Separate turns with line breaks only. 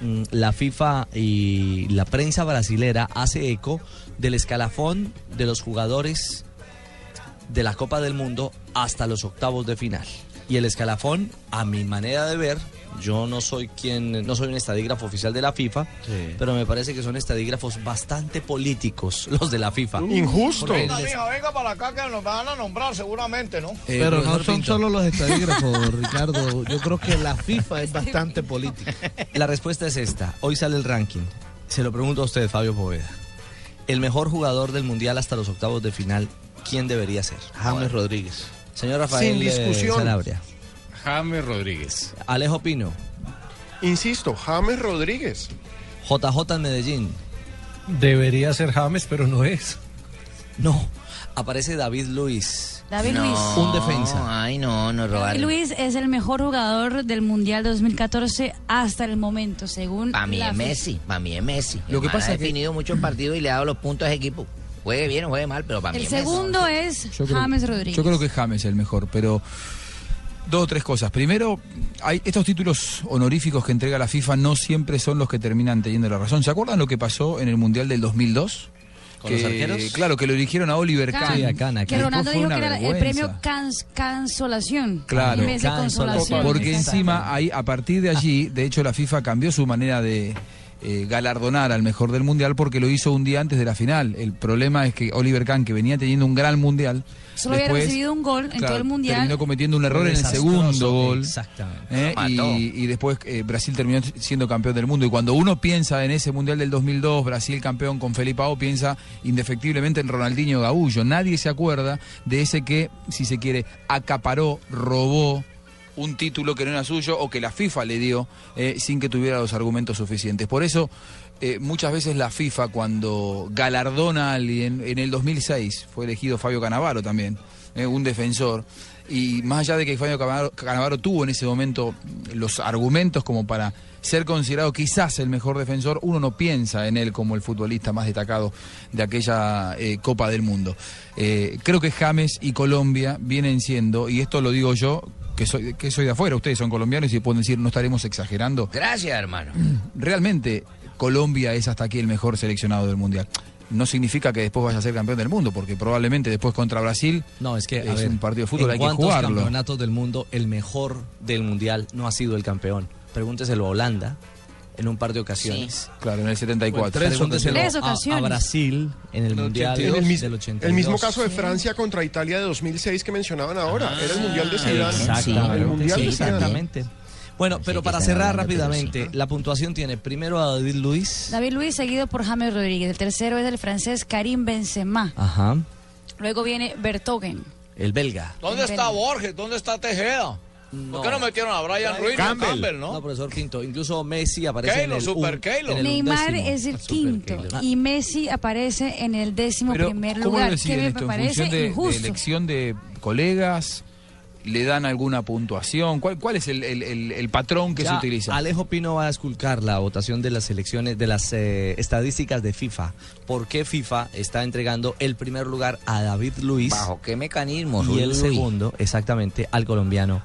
Mm, la FIFA y la prensa brasilera hace eco del escalafón de los jugadores de la Copa del Mundo hasta los octavos de final. Y el escalafón, a mi manera de ver, yo no soy quien, no soy un estadígrafo oficial de la FIFA,
Sí.
pero me parece que son estadígrafos bastante políticos los de la FIFA. eh,
Injusto.
Porque
Venga,
les-
mija, venga para acá que nos van a nombrar seguramente, ¿no?
eh,
Pero no
profesor
son
Pinto,
solo los estadígrafos, Ricardo. Yo creo que la FIFA es bastante política.
La respuesta es esta. Hoy sale el ranking. Se lo pregunto a usted, Fabio Poveda. El mejor jugador del mundial hasta los octavos de final, ¿quién debería ser?
James Rodríguez.
Señor Rafael
Sin
eh,
discusión.
Sanabria.
James Rodríguez.
Alejo Pino,
Insisto, James Rodríguez.
JJ en Medellín.
Debería ser James, pero no es.
No, aparece David Luis.
David Luis.
Un
Ah,
defensa.
Ay, no, no robaron.
Luis es el mejor jugador del Mundial 2014 hasta el momento, según
Para mí
la
es
FIFA.
Messi, para mí es Messi.
Lo que
Hermano,
pasa
ha
es que-
definido muchos partidos y le ha dado los puntos a ese equipo. Juegue bien o juegue mal, pero para mí
El
es Messi.
segundo es
Yo creo-
James Rodríguez.
Yo creo que James es el mejor, pero dos o tres cosas. Primero, hay estos títulos honoríficos que entrega la FIFA no siempre son los que terminan teniendo la razón. ¿Se acuerdan lo que pasó en el Mundial del 2002?
¿Con los arqueros?
Claro, que lo eligieron a Oliver
Can-
Kahn.
Sí, a Kahn, a
que
Kahn.
Ronaldo
Fue
dijo
una
que era el
vergüenza.
premio cans- consolación.
Claro,
en vez de
consolación.
consolación.
Porque
Exacto.
encima, ahí, a partir de allí, de hecho, la FIFA cambió su manera de eh, galardonar al mejor del mundial porque lo hizo un día antes de la final. El problema es que Oliver Kahn, que venía teniendo un gran mundial,
Solo había
después,
recibido un gol en todo el Mundial.
Terminó cometiendo un error en el
Desastroso,
segundo gol.
Exactamente.
¿eh?
Lo
y,
mató.
y después eh, Brasil terminó siendo campeón del mundo. Y cuando uno piensa en ese Mundial del 2002, Brasil campeón con Felipao, piensa indefectiblemente en Ronaldinho Gaullo. Nadie se acuerda de ese que, si se quiere, acaparó, robó un título que no era suyo o que la FIFA le dio eh, sin que tuviera los argumentos suficientes. Por eso, eh, muchas veces la FIFA cuando galardona a alguien, en el 2006 fue elegido Fabio Canavaro también, eh, un defensor, y más allá de que Fabio Canavaro, Cannavaro tuvo en ese momento mm, los argumentos como para ser considerado quizás el mejor defensor, uno no piensa en él como el futbolista más destacado de aquella eh, Copa del Mundo. Eh, creo que James y Colombia vienen siendo, y esto lo digo yo, que soy, que soy de afuera, ustedes son colombianos y pueden decir, no estaremos exagerando,
Gracias, hermano.
realmente Colombia es hasta aquí el mejor seleccionado del Mundial. No significa que después vaya a ser campeón del mundo, porque probablemente después contra Brasil
No, es que a
Es
ver,
un partido de fútbol,
¿en
hay que
cuántos
jugarlo.
campeonatos del mundo el mejor del mundial no ha sido el campeón? Pregúnteselo a Holanda en un par de ocasiones.
Claro, en el 74.
Tres
Pregúnteselo
ocasiones.
a- a,
Tres ocasiones.
Brasil en el, mundial
En el, mis-
del 82.
el mismo caso de Francia contra Italia de 2006 que mencionaban ahora.
Ah,
Era el Mundial de Zidane.
Ah, Exactamente.
El Mundial
Sí,
de Zidane.
exactamente. Bueno,
Pensé
pero
que
para
estaban
cerrar
hablando, pero
rápidamente, la puntuación tiene primero a David Luis.
David Luis seguido por James Rodríguez. El tercero es el francés Karim Benzema.
Ajá.
Luego viene Bertogen.
El belga.
¿Dónde está Borges? ¿Dónde está Tejeda? ¿Por qué no metieron a Brian Ruiz y a
Campbell.
Campbell,
No,
no?
profesor Pinto. Incluso Messi aparece
Keylor,
en el
super Keylor.
en el
Neymar
undécimo.
Ah,
es el
Super
quinto
Keylor.
y Messi aparece en el décimo
Pero,
primer
¿cómo lo
lugar, que
deciden
me
esto? ¿En
parece
función de, de
injusto.
elección de colegas? ¿Le dan alguna puntuación? ¿Cuál, cuál es el, el- el- el patrón que
Ah, Ya,
se utiliza?
Alejo Pino va a esculcar la votación de las elecciones, de las eh, estadísticas de FIFA. ¿Por qué FIFA está entregando el primer lugar a David Luis
¿Bajo qué mecanismo?
y
Ruiz
el
Luis?
segundo, exactamente, al colombiano